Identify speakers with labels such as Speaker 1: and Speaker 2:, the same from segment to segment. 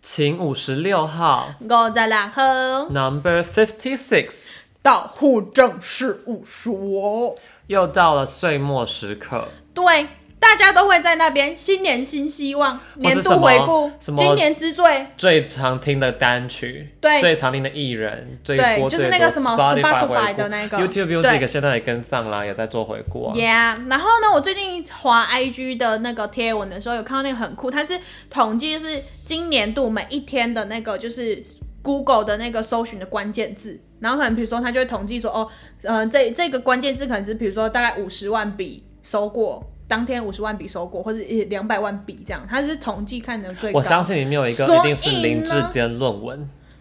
Speaker 1: 请五十六号
Speaker 2: 五十六号
Speaker 1: ，Number Fifty Six。
Speaker 2: 到户政事务所。
Speaker 1: 又到了岁末时刻，
Speaker 2: 对，大家都会在那边新年新希望，
Speaker 1: 或
Speaker 2: 年
Speaker 1: 是什
Speaker 2: 度
Speaker 1: 么
Speaker 2: 回顾，
Speaker 1: 什么
Speaker 2: 今年之最。
Speaker 1: 最常听的单曲，
Speaker 2: 对
Speaker 1: 最常听的艺人，最
Speaker 2: 对
Speaker 1: 播
Speaker 2: 就是
Speaker 1: 最
Speaker 2: 那
Speaker 1: 多
Speaker 2: 个什么
Speaker 1: Spotify 回
Speaker 2: Spotify
Speaker 1: 顾
Speaker 2: 的那个
Speaker 1: YouTube
Speaker 2: 对
Speaker 1: Music 现在也跟上啦，也在做回顾啊。
Speaker 2: Yeah，然后呢，我最近滑 IG 的那个贴文的时候，有看到那个很酷，它是统计就是今年度每一天的那个就是 Google 的那个搜寻的关键字，然后可能比如说它就会统计说，哦，呃，这这个关键字可能是比如说大概五十万笔搜过，当天五十万笔搜过，或者两百万笔这样，它是统计看的最高。
Speaker 1: 我相信里面有一个
Speaker 2: 所以
Speaker 1: 一定是林志
Speaker 2: 呢
Speaker 1: 坚论文，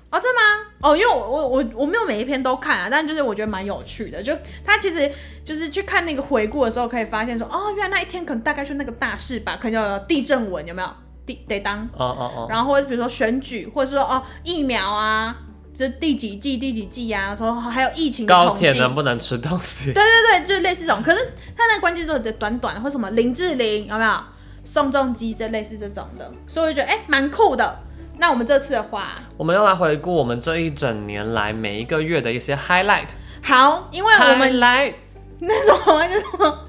Speaker 2: 哦，真的吗？哦，因为我我我我没有每一篇都看啊，但就是我觉得蛮有趣的。就他其实就是去看那个回顾的时候，可以发现说，哦，原来那一天可能大概就那个大事吧，可能有地震文有没有地得当，
Speaker 1: 哦哦哦，
Speaker 2: 然后或者比如说选举，或者是说哦疫苗啊，就是第几季第几季啊，说还有疫情的
Speaker 1: 高
Speaker 2: 统计
Speaker 1: 铁能不能吃东西？
Speaker 2: 对对对，就是类似这种。可是他那个关键字的短短，或什么林志玲有没有宋仲基，这类似这种的，所以我就觉得哎蛮、酷的。那我们这次的话，
Speaker 1: 我们要来回顾我们这一整年来每一个月的一些 highlight。
Speaker 2: 好，因为我们
Speaker 1: highlight，
Speaker 2: 那种么那什么，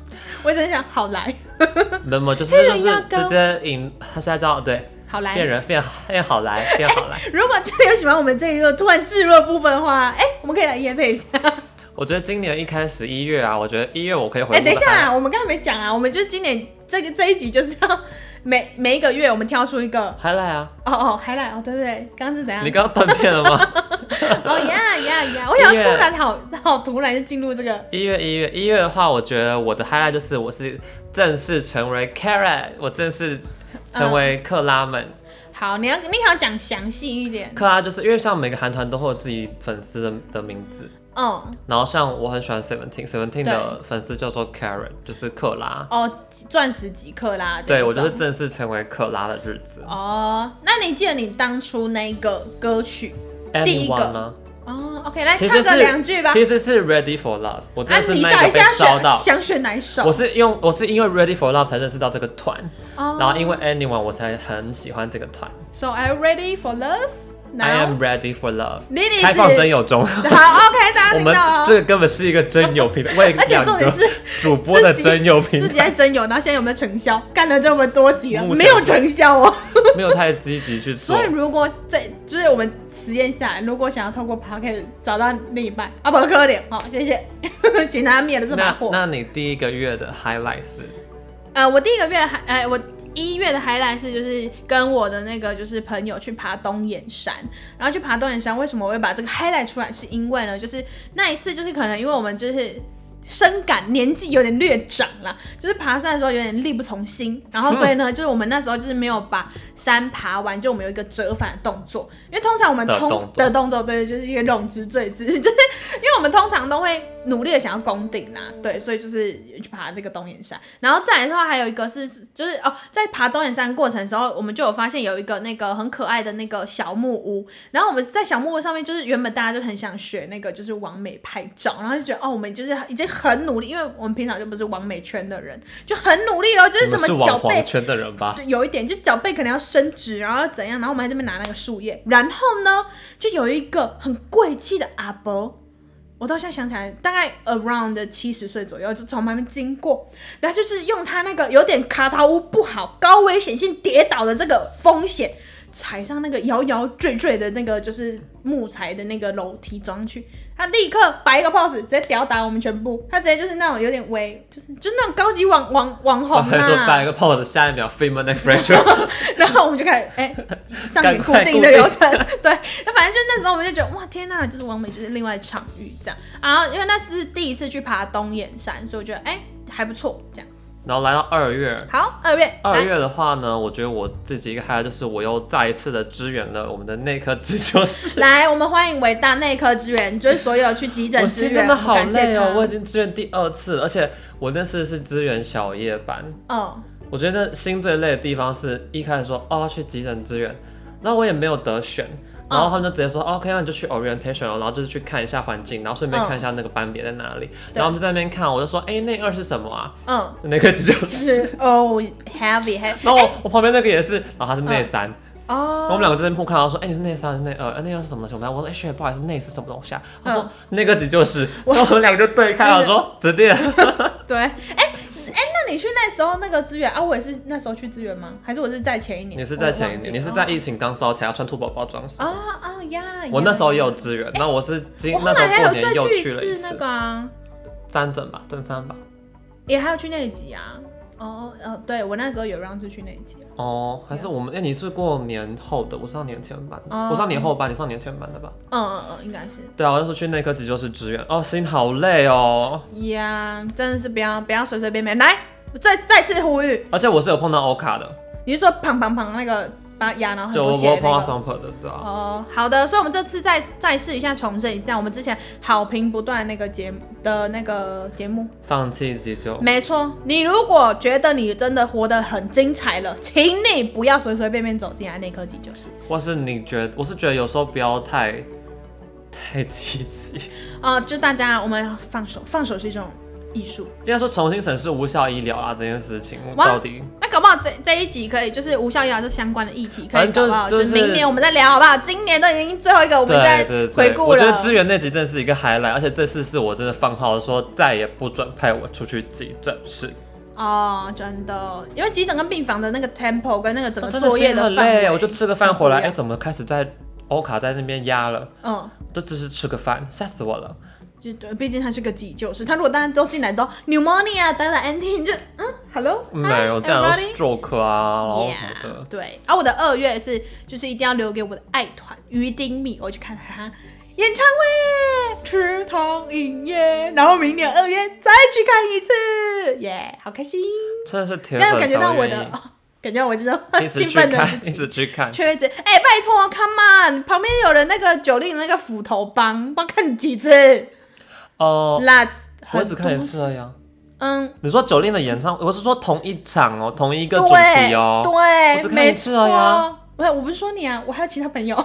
Speaker 2: 我真想好来
Speaker 1: 没有没有，就是
Speaker 2: 黑人
Speaker 1: 就是
Speaker 2: 牙膏
Speaker 1: 直接引，他现在叫对
Speaker 2: 好
Speaker 1: 变
Speaker 2: 来。
Speaker 1: 人变变好来变 好来。
Speaker 2: 如果真的有喜欢我们这一个突然置入的部分的话，哎、我们可以来夜配一下。
Speaker 1: 我觉得今年一开始一月啊，我觉得一月我可以回
Speaker 2: 哎、
Speaker 1: 顾。
Speaker 2: 等一下啊，我们刚才没讲啊，我们就是今年这个这一集就是要 每每一个月我们挑出一个。
Speaker 1: highlight 啊，
Speaker 2: 哦哦，还来哦，对对对，刚刚是怎样
Speaker 1: 你？刚刚叛变了 吗？
Speaker 2: 哦呀呀呀！我想
Speaker 1: 音
Speaker 2: 要
Speaker 1: 乐
Speaker 2: 突然好好突然就进入这个
Speaker 1: 一月一月一月的话，我觉得我的 highlight 就是我是正式成为 Carrot，我正式成为克拉们。
Speaker 2: 嗯好，你要你想要讲详细一点。
Speaker 1: 克拉就是因为像每个韩团都会有自己粉丝的的名字，
Speaker 2: 嗯，
Speaker 1: 然后像我很喜欢 Seventeen Seventeen 的粉丝叫做 Carrot，就是克拉。
Speaker 2: 哦，钻石即刻啦。这一
Speaker 1: 对我就是
Speaker 2: 种
Speaker 1: 正式成为克拉的日子。
Speaker 2: 哦，那你记得你当初那个歌曲第一个
Speaker 1: Anyone 吗？
Speaker 2: 哦，OK，来
Speaker 1: 其
Speaker 2: 唱
Speaker 1: 实
Speaker 2: 个
Speaker 1: 是
Speaker 2: 两句吧。
Speaker 1: 其实是 Ready for Love，我真
Speaker 2: 啊，
Speaker 1: 的是
Speaker 2: 你
Speaker 1: 那
Speaker 2: 到
Speaker 1: 个
Speaker 2: 底是
Speaker 1: 被
Speaker 2: 要
Speaker 1: 烧
Speaker 2: 选
Speaker 1: 到。
Speaker 2: 想选哪一首？
Speaker 1: 我是用我是因为 Ready for Love 才认识到这个团，
Speaker 2: 哦
Speaker 1: 然后因为 Anyone 我才很喜欢这个团。
Speaker 2: So are you ready for love?
Speaker 1: I
Speaker 2: Now，
Speaker 1: am ready for love，
Speaker 2: 你你
Speaker 1: 开放真
Speaker 2: 友。
Speaker 1: 友中。
Speaker 2: 好，OK，大家
Speaker 1: 我
Speaker 2: 听
Speaker 1: 们
Speaker 2: 到
Speaker 1: 这
Speaker 2: 了。
Speaker 1: 个根本是一个真友平台，为
Speaker 2: 而且
Speaker 1: 两
Speaker 2: 重点
Speaker 1: 个
Speaker 2: 是
Speaker 1: 主播的真友平
Speaker 2: 自己
Speaker 1: 台
Speaker 2: 在真友，然后现在有没有成效？干了这么多集了，
Speaker 1: 目前
Speaker 2: 没有成 效哦。
Speaker 1: 没有太积极去做
Speaker 2: 所以。如果这就是我们实验下来，如果想要透过 p o c a s t 找到另一半，啊，不可怜，好，谢谢， 请大家灭了这把
Speaker 1: 那
Speaker 2: 火。
Speaker 1: 那你第一个月的 highlight 是
Speaker 2: 呃，我第一个月还，呃，我一月的 highlight 是就是跟我的那个就是朋友去爬东眼山，然后去爬东眼山，为什么我会把这个 highlight 出来？是因为呢，就是那一次就是可能因为我们就是。深感年纪有点略长啦，就是爬山的时候有点力不从心，然后所以呢，就是我们那时候就是没有把山爬完，就我们有一个折返的动作，因为通常我们
Speaker 1: 的
Speaker 2: 通
Speaker 1: 动作
Speaker 2: 的动作，对，就是一个冗之坠之， 就是因为我们通常都会努力的想要攻顶啦，对，所以就是去爬这个东眼山，然后再来的话还有一个是就是哦，在爬东眼山过程的时候，我们就有发现有一个那个很可爱的那个小木屋，然后我们在小木屋上面就是原本大家就很想学那个就是完美拍照，然后就觉得哦我们就是已经很努力，因为我们平常就不是完美圈的人，就很努力了，就是
Speaker 1: 你们
Speaker 2: 怎
Speaker 1: 是
Speaker 2: 么脚
Speaker 1: 网
Speaker 2: 背
Speaker 1: 黄圈的人吧？
Speaker 2: 对，有一点，就脚背可能要伸直，然后要怎样，然后我们还这边拿那个树叶，然后呢，就有一个很贵气的阿伯，我到现在想起来，大概 around 七十岁左右，就从旁边经过，然后就是用他那个有点卡塔乌不好、高危险性跌倒的这个风险，踩上那个摇摇坠坠的那个就是木材的那个楼梯装去，他立刻摆一个 pose，直接吊打我们全部，他直接就是那种有点微，就是就那种高级网网网红
Speaker 1: 我
Speaker 2: 啊，
Speaker 1: 还说摆一个 pose，下一秒 Feynman neck fracture，
Speaker 2: 然后我们就开始哎、上演
Speaker 1: 赶
Speaker 2: 固
Speaker 1: 快
Speaker 2: 定的流程，对，那反正就那时候我们就觉得哇天呐，就是完美就是另外场域这样，然后因为那是第一次去爬东眼山，所以我觉得哎、还不错这样。
Speaker 1: 然后来到二月。
Speaker 2: 好，二月，
Speaker 1: 二
Speaker 2: 来
Speaker 1: 月的话呢，我觉得我自己一个 highlight 就是我又再一次的支援了我们的内科急救 室。
Speaker 2: 来，我们欢迎伟大内科支援，就是所有去急诊
Speaker 1: 我
Speaker 2: 支
Speaker 1: 心
Speaker 2: 援，
Speaker 1: 真的
Speaker 2: 我们
Speaker 1: 好
Speaker 2: 感谢
Speaker 1: 累哦，
Speaker 2: 他
Speaker 1: 我已经支援第二次了，而且我那次是支援小夜班。
Speaker 2: 嗯，
Speaker 1: 我觉得心最累的地方是一开始说哦要去急诊支援，那我也没有得选，然
Speaker 2: 嗯
Speaker 1: 后他们就直接说、哦 OK，那你就去 orientation 哦，然后就是去看一下环境，然后顺便
Speaker 2: 嗯
Speaker 1: 看一下那个班别在哪里，
Speaker 2: 对
Speaker 1: 然后我们在那边看，我就说哎那二是什么啊？
Speaker 2: 嗯，
Speaker 1: 那个急救室。
Speaker 2: 是哦，heavy heavy，
Speaker 1: 然后我,、我旁边那个也是，然后他是内三，然
Speaker 2: 哦
Speaker 1: 后我们两个就在那边互看，然后说：“哎、你是内三还是内二？哎，内二是什么什么？”我说：“哎、学姐，不好意思，内是什么东西啊？”他说：“那个字就是。”然后我们两个就对看，
Speaker 2: 嗯就
Speaker 1: 我
Speaker 2: 是
Speaker 1: 说：“死定了。”
Speaker 2: 对，哎、哎、那你去那时候那个资源啊？我也是那时候去资源吗？还是我是在前一年？
Speaker 1: 你是
Speaker 2: 我
Speaker 1: 在
Speaker 2: 忘
Speaker 1: 前一
Speaker 2: 记
Speaker 1: 年，你是
Speaker 2: 了
Speaker 1: 在疫情刚烧起来要穿兔宝宝装饰。
Speaker 2: 哦哦呀！
Speaker 1: 我那时候也有
Speaker 2: 呀
Speaker 1: 支援，那我是今
Speaker 2: 我后
Speaker 1: 那时
Speaker 2: 来
Speaker 1: 候过
Speaker 2: 还有
Speaker 1: 年
Speaker 2: 再
Speaker 1: 又
Speaker 2: 去
Speaker 1: 了一
Speaker 2: 次那
Speaker 1: 次
Speaker 2: 个啊，
Speaker 1: 三整吧，正三吧。
Speaker 2: 也还有去那一集啊。哦哦，对我那时候有让出去那一集啊，
Speaker 1: 哦，还是我们哎、你是过年后的，我上年前班的，
Speaker 2: 哦
Speaker 1: 我上年后班，你上年前班的吧？
Speaker 2: 嗯嗯嗯，应该是
Speaker 1: 对啊，我那时候去内科急救室支援，哦，心好累哦。
Speaker 2: 呀真的是不要不要随随便便来，我再再次呼吁，
Speaker 1: 而且我是有碰到欧卡的，
Speaker 2: 你是说砰砰砰那个把牙哦然后很
Speaker 1: 就我
Speaker 2: 多
Speaker 1: 我有
Speaker 2: 血
Speaker 1: 碰
Speaker 2: 那
Speaker 1: 到
Speaker 2: 个？
Speaker 1: 双腿的，对啊。
Speaker 2: 哦，好的，所以我们这次再再试一下，重申一下我们之前好评不断那个节目的那个节目，
Speaker 1: 放弃急救，
Speaker 2: 没错，你如果觉得你真的活得很精彩了，请你不要随随便便走进来内科急救室。
Speaker 1: 或是你觉我是觉得有时候不要太太积极，
Speaker 2: 啊、就大家我们要放手，放手是一种艺术。
Speaker 1: 应该说重新审视无效医疗啊啦这件事情
Speaker 2: 哇
Speaker 1: 到底。
Speaker 2: 那搞不好这这一集可以就是无效医疗这相关的议题，可以
Speaker 1: 反正
Speaker 2: 搞
Speaker 1: 就
Speaker 2: 不好
Speaker 1: 就是
Speaker 2: 明年我们再聊好不好？今年都已经最后一个，我们再
Speaker 1: 对对对，
Speaker 2: 回顾
Speaker 1: 我觉得
Speaker 2: 了。
Speaker 1: 支援那集真的是一个 highlight，而且这次是我真的放号说再也不准派我出去急诊室，
Speaker 2: 哦，真的，因为急诊跟病房的那个 tempo 跟那个整
Speaker 1: 哦
Speaker 2: 个
Speaker 1: 真的
Speaker 2: 作业
Speaker 1: 心
Speaker 2: 的
Speaker 1: 很
Speaker 2: 范围，
Speaker 1: 累。我就吃个饭回来，
Speaker 2: 不一
Speaker 1: 哎，
Speaker 2: 样
Speaker 1: 怎么开始在欧卡在那边压了？
Speaker 2: 嗯，
Speaker 1: 这只是吃个饭，吓死我了。
Speaker 2: 就对，毕竟他是个急救师，他如果大家都进来都 pneumonia 打打 anti，你就嗯，hello，
Speaker 1: 没有这样有
Speaker 2: everybody
Speaker 1: stroke 啊，然后
Speaker 2: Yeah，
Speaker 1: 什么的。
Speaker 2: 对，啊而、我的二月是就是一定要留给我的爱团于丁密，我去看他演唱会，池塘影业，然后明年二月再去看一次，耶、好开心！
Speaker 1: 真的是铁
Speaker 2: 这样有
Speaker 1: 粉
Speaker 2: 感
Speaker 1: 才
Speaker 2: 觉到我
Speaker 1: 会愿
Speaker 2: 的，
Speaker 1: 意
Speaker 2: 哦、感觉到我这种
Speaker 1: 一直
Speaker 2: 兴
Speaker 1: 去
Speaker 2: 奋的
Speaker 1: 看，
Speaker 2: 自
Speaker 1: 一直
Speaker 2: 己。
Speaker 1: 去看。
Speaker 2: 缺子，哎、拜托，Come on，旁边有人那个九令那个斧头帮，不知道看几次，
Speaker 1: 哦，
Speaker 2: 辣，
Speaker 1: 我
Speaker 2: 很
Speaker 1: 只看一
Speaker 2: 多
Speaker 1: 次而已啊。
Speaker 2: 嗯，
Speaker 1: 你说九令的演唱，我是说同一场哦，同一个
Speaker 2: 对
Speaker 1: 主题哦。我只
Speaker 2: 对，
Speaker 1: 看
Speaker 2: 没
Speaker 1: 一次而已啊
Speaker 2: 错。不是，我不是说你啊，我还有其他朋友。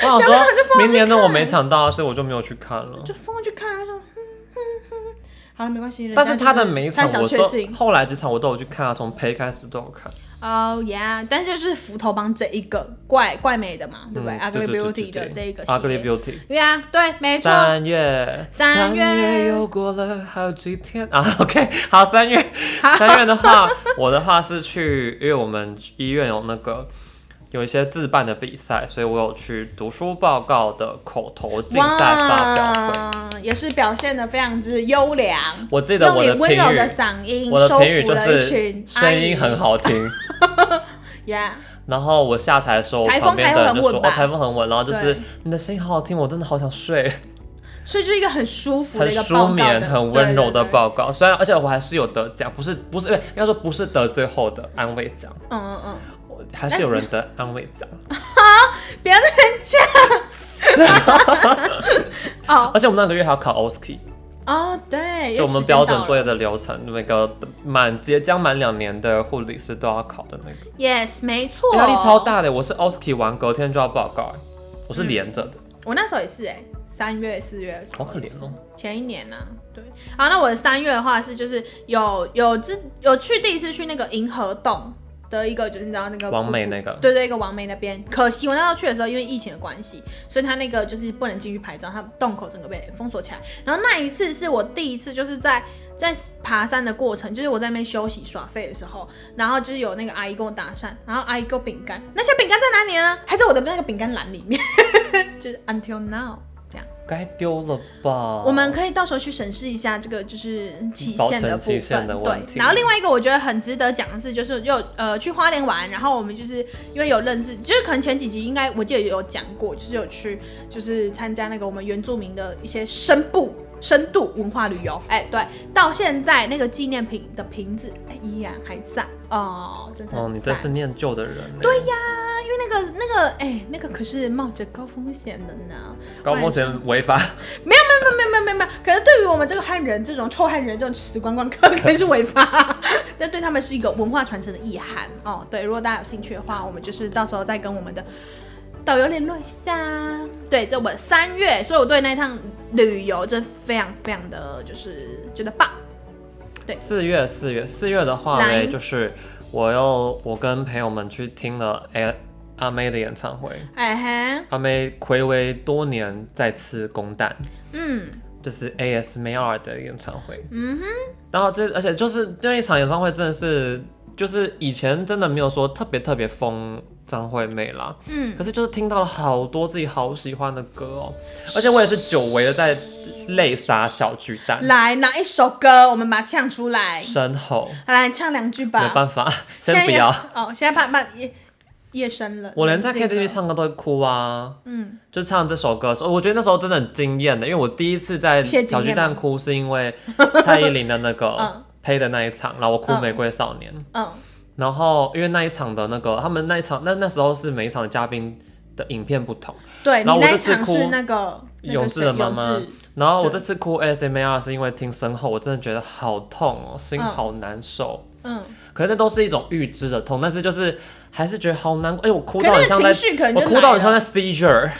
Speaker 1: 我想说， 明年的我没抢到，所以我就没有去看了。
Speaker 2: 就疯了去看，他说，哼哼哼，好了，没关系。人家
Speaker 1: 但是他的
Speaker 2: 就是
Speaker 1: 每一场
Speaker 2: 贪小
Speaker 1: 我
Speaker 2: 确
Speaker 1: 都
Speaker 2: 幸
Speaker 1: 后来几场我都有去看啊，从陪开始都有看。
Speaker 2: 哦耶！但是就是斧头帮这一个怪怪美的嘛，对不对
Speaker 1: 嗯对对
Speaker 2: ？Ugly
Speaker 1: 对对
Speaker 2: Beauty 的这一个系列
Speaker 1: Ugly Beauty。
Speaker 2: 对啊，对，没错。
Speaker 1: 三月，
Speaker 2: 三月
Speaker 1: 又过了好几天啊。OK，好， 三月，三月的话， 我的话是去，因为我们医院有那个有一些自办的比赛，所以我有去读书报告的口头竞赛发表会。
Speaker 2: 哇，也是表现的非常之优良。
Speaker 1: 我记得
Speaker 2: 用
Speaker 1: 我
Speaker 2: 你
Speaker 1: 的
Speaker 2: 温
Speaker 1: 评
Speaker 2: 柔的
Speaker 1: 语，
Speaker 2: 嗓音，
Speaker 1: 我的
Speaker 2: 收
Speaker 1: 评语
Speaker 2: 服
Speaker 1: 就
Speaker 2: 了一群
Speaker 1: 是声音很好听。
Speaker 2: 呀。
Speaker 1: 然后我下台的时候，我
Speaker 2: 台风
Speaker 1: 旁边的人就
Speaker 2: 还会很
Speaker 1: 说：“
Speaker 2: 稳吧
Speaker 1: 哦，台风很稳。”然后就是
Speaker 2: 对
Speaker 1: 你的声音好好听，我真的好想睡，
Speaker 2: Yeah，所以就是一个很舒服的
Speaker 1: 很
Speaker 2: 一个
Speaker 1: 舒
Speaker 2: 报告
Speaker 1: 眠、
Speaker 2: 的，
Speaker 1: 很温柔的
Speaker 2: 抱。
Speaker 1: 报告。虽然，而且我还是有得奖，不是不是，哎应该说不是得最后的安慰奖，
Speaker 2: 对对嗯嗯嗯，
Speaker 1: 我还是有人得安慰奖。
Speaker 2: 哎别在那边 讲。 哦
Speaker 1: 而且我们那个月还要考 OSKI，
Speaker 2: 哦，对，
Speaker 1: 就
Speaker 2: 因为
Speaker 1: 我们
Speaker 2: 时间
Speaker 1: 标
Speaker 2: 到
Speaker 1: 准
Speaker 2: 了
Speaker 1: 作业的流程，那个满即将满两年的护理师都要考的那个，
Speaker 2: Yes，没错，
Speaker 1: 压力超。大的。我是 OSKI 完隔天就要报告，哎我是连着的，
Speaker 2: 我那时候也是哎、三月、四月的时候
Speaker 1: 好可怜哦。
Speaker 2: 前一年呢、啊对，好，那我的三月的话是就是有有之有去第一次去那个银河洞的一个就是你知道那个
Speaker 1: 完美那个
Speaker 2: 对对，一个王美那边。可惜我那时候去的时候，因为疫情的关系，所以他那个就是不能进去拍照，他洞口整个被封锁起来。然后那一次是我第一次就是在在爬山的过程，就是我在那边休息耍废的时候，然后就是有那个阿姨跟我搭讪，然后阿姨给我饼干，那些饼干在哪里呢？还在我的那个饼干篮里面， 就是 until now 这样。
Speaker 1: 该丢了吧？
Speaker 2: 我们可以到时候去审视一下这个就是期限
Speaker 1: 保
Speaker 2: 的
Speaker 1: 存
Speaker 2: 部
Speaker 1: 期限
Speaker 2: 分，
Speaker 1: 的问
Speaker 2: 对。
Speaker 1: 题
Speaker 2: 然后另外一个我觉得很值得讲的是，就是又呃去花莲玩，然后我们就是因为有认识，就是可能前几集应该我记得有讲过，就是有去就是参加那个我们原住民的一些深部深度文化旅游，哎、对，到现在那个纪念品的瓶子、哎依然还在哦，真是很
Speaker 1: 哦，你真
Speaker 2: 赞
Speaker 1: 是念旧的人。对呀，
Speaker 2: 啊，因为那个那个哎、那个可是冒着高风险的呢。
Speaker 1: 高风险违法。
Speaker 2: 没有没有没有没有，可能对于我们这个汉人这种臭汉人这种吃观光客，可能是违法，但对他们是一个文化传承的意涵哦。对，如果大家有兴趣的话，我们就是到时候再跟我们的导游联络一下。对，这我三月，所以我对那趟旅游真的非常非常的就是觉得棒。对
Speaker 1: 四月，四月，四月的话
Speaker 2: 来
Speaker 1: 呢，就是我又我跟朋友们去听了哎阿妹的演唱会，
Speaker 2: 哎嘿，
Speaker 1: 阿妹暌违多年再次公蛋，
Speaker 2: 嗯
Speaker 1: 就是 AS 妹二的演唱会。
Speaker 2: 嗯哼，
Speaker 1: 然后这而且就是那一场演唱会真的是，就是以前真的没有说特别特别疯张惠妹啦，
Speaker 2: 嗯
Speaker 1: 可是就是听到了好多自己好喜欢的歌哦，而且我也是久违的在泪洒小巨蛋，
Speaker 2: 来哪一首歌？我们把它唱出来，
Speaker 1: 身后
Speaker 2: 好来唱两句吧。
Speaker 1: 没办 法，
Speaker 2: 现在
Speaker 1: 先不
Speaker 2: 也
Speaker 1: 要，
Speaker 2: 哦，现在怕怕夜夜深了。
Speaker 1: 我连在
Speaker 2: 冷静了
Speaker 1: KTV，唱歌都会哭啊。
Speaker 2: 嗯，
Speaker 1: 就唱这首歌的时候，我觉得那时候真的很惊艳的，因为我第一次在
Speaker 2: 谢金
Speaker 1: 小巨
Speaker 2: 燕
Speaker 1: 蛋
Speaker 2: 吗
Speaker 1: 哭，是因为蔡依林的那个
Speaker 2: 嗯
Speaker 1: 呸的那一场，然后我哭《
Speaker 2: 嗯
Speaker 1: 玫瑰少年》
Speaker 2: 嗯
Speaker 1: 然后因为那一场的那个他们那一场那那时候是每一场的嘉宾的影片不同，
Speaker 2: 对
Speaker 1: 然后我
Speaker 2: 你那
Speaker 1: 这
Speaker 2: 一
Speaker 1: 次
Speaker 2: 场
Speaker 1: 哭
Speaker 2: 是那个那个
Speaker 1: 永志的
Speaker 2: 谁
Speaker 1: 妈妈
Speaker 2: 永志
Speaker 1: 然后我这
Speaker 2: 对
Speaker 1: 次哭 ASMR 是因为听身后，我真的觉得好痛哦，心
Speaker 2: 嗯
Speaker 1: 好难受。
Speaker 2: 嗯，
Speaker 1: 可是那都是一种预知的痛，但是就是还是觉得好难过，哎、我哭
Speaker 2: 可
Speaker 1: 到
Speaker 2: 那
Speaker 1: 很
Speaker 2: 个
Speaker 1: 像在
Speaker 2: 情，绪可能就
Speaker 1: 我哭到很像
Speaker 2: 来
Speaker 1: 在
Speaker 2: 了
Speaker 1: seizure。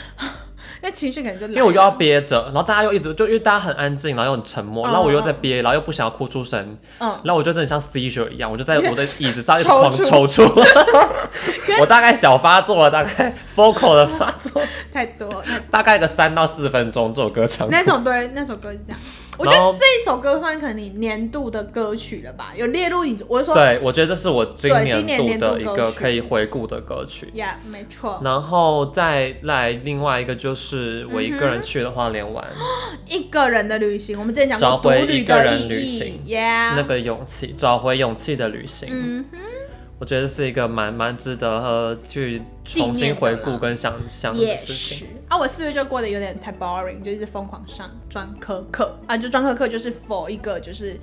Speaker 2: 那情绪可能就因
Speaker 1: 因为我又要憋着，然后大家又一直就因为大家很安静，然后又很沉默，
Speaker 2: 嗯
Speaker 1: 然后我又在憋，然后又不想要哭出声，
Speaker 2: 嗯，
Speaker 1: 然后我就真的像 seizure 一样，我就在我 的椅子上一直
Speaker 2: 抽
Speaker 1: 狂抽
Speaker 2: 搐
Speaker 1: 搐， 我大概小发作了，大概 vocal 的发作，
Speaker 2: 太多那
Speaker 1: 大概个三到四分钟，这首歌唱过
Speaker 2: 那种对那首歌是这样。我觉
Speaker 1: 然后
Speaker 2: 得这一首歌算可能你年度的歌曲了吧，有列入你，我是说，
Speaker 1: 对，我觉得这是我今
Speaker 2: 对今年
Speaker 1: 年
Speaker 2: 年
Speaker 1: 度的
Speaker 2: 度
Speaker 1: 一
Speaker 2: 歌
Speaker 1: 个
Speaker 2: 曲
Speaker 1: 可以回顾的歌曲。
Speaker 2: 呀，没错，
Speaker 1: 然后再来另外一个就是我一个人去的花莲玩，
Speaker 2: 嗯一个人的旅行，我们之前讲
Speaker 1: 找
Speaker 2: 过独
Speaker 1: 回
Speaker 2: 旅
Speaker 1: 一个
Speaker 2: 的
Speaker 1: 人
Speaker 2: 意
Speaker 1: 旅
Speaker 2: 义
Speaker 1: 行那
Speaker 2: ，Yeah，
Speaker 1: 个勇气，找回勇气的旅行。
Speaker 2: 嗯哼，
Speaker 1: 我觉得是一个蛮蛮值得呃去重新
Speaker 2: 纪念的
Speaker 1: 回
Speaker 2: 啦
Speaker 1: 顾跟想想的
Speaker 2: 也
Speaker 1: 事情。
Speaker 2: 是。啊，我四月就过得有点太 boring，就是疯狂上专科课啊，就专科课就是否一个就是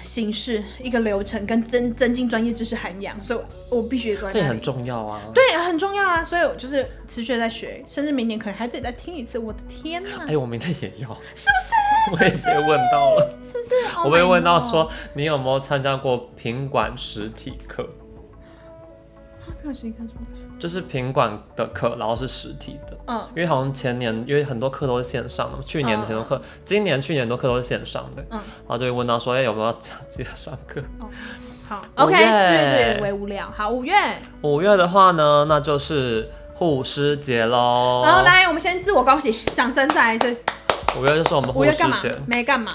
Speaker 2: 形式、一个流程跟增增进专业知识涵养，所以我必须关
Speaker 1: 这也
Speaker 2: 在那
Speaker 1: 很
Speaker 2: 里。
Speaker 1: 重要啊。
Speaker 2: 对，很重要啊，所以我就是持续地在学，甚至明年可能还得再听一次。我的天呐、
Speaker 1: 哎，我明天也要，
Speaker 2: 是 不
Speaker 1: 我
Speaker 2: 是？
Speaker 1: 也被问到了，
Speaker 2: 是不是？
Speaker 1: 我被
Speaker 2: Oh my
Speaker 1: 问到
Speaker 2: God，
Speaker 1: 说你有没有参加过品管实体课，
Speaker 2: 那是一个什么东西？
Speaker 1: 就是品管的课，然后是实体的。
Speaker 2: 嗯
Speaker 1: 因为好像前年，因为很多课都是线上的嘛，去年的很多课，今年、去年很多课都是线上的，
Speaker 2: 嗯，
Speaker 1: 然后就会问到说，哎，有没有记得上课？
Speaker 2: 好，OK，
Speaker 1: 五月
Speaker 2: 四月就有点微无聊。好，五月，
Speaker 1: 五月的话呢，那就是护师节喽。
Speaker 2: 然后，来，我们先自我恭喜，掌声再来一次。
Speaker 1: 五月就是我们
Speaker 2: 五
Speaker 1: 护
Speaker 2: 月
Speaker 1: 师
Speaker 2: 干嘛
Speaker 1: 节。？
Speaker 2: 没干嘛，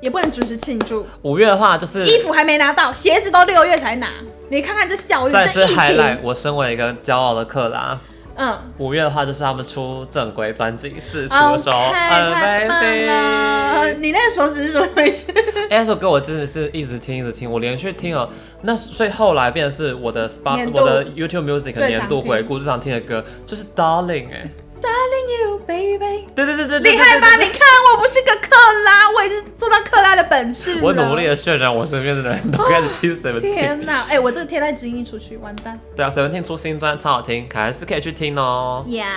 Speaker 2: 也不能只是庆祝。
Speaker 1: 五月的话就是
Speaker 2: 衣服还没拿到，鞋子都六月才拿，你看看这效率，
Speaker 1: 再
Speaker 2: 这
Speaker 1: 次
Speaker 2: 疫
Speaker 1: h 来，
Speaker 2: 情，
Speaker 1: 我身为一个骄傲的克拉，
Speaker 2: 嗯。
Speaker 1: 五月的话就是他们出正规专辑试出的时
Speaker 2: OK，
Speaker 1: 候
Speaker 2: 太棒了！
Speaker 1: ，Amazing。
Speaker 2: 你那手指是怎么回事？
Speaker 1: 哎那首歌我真的是一直听一直听，我连续听了，那所以后来变成是我的 Spot
Speaker 2: 年度
Speaker 1: 我的 YouTube Music
Speaker 2: 最常
Speaker 1: 年度回顾最常听的歌就是 Darling 哎、
Speaker 2: Darling you, baby，
Speaker 1: 对对对对，对
Speaker 2: 厉害吧？？
Speaker 1: 对对
Speaker 2: 你看，我不是个克拉，我也是做到克拉的本事。
Speaker 1: 对我努力。的渲染我身边的人都开始听 Seventeen，
Speaker 2: 哦天哪，哎、我这个贴在指引出去，完蛋。
Speaker 1: 对啊，Seventeen 出新专超好听，凯恩斯可以去听哦。
Speaker 2: 呀，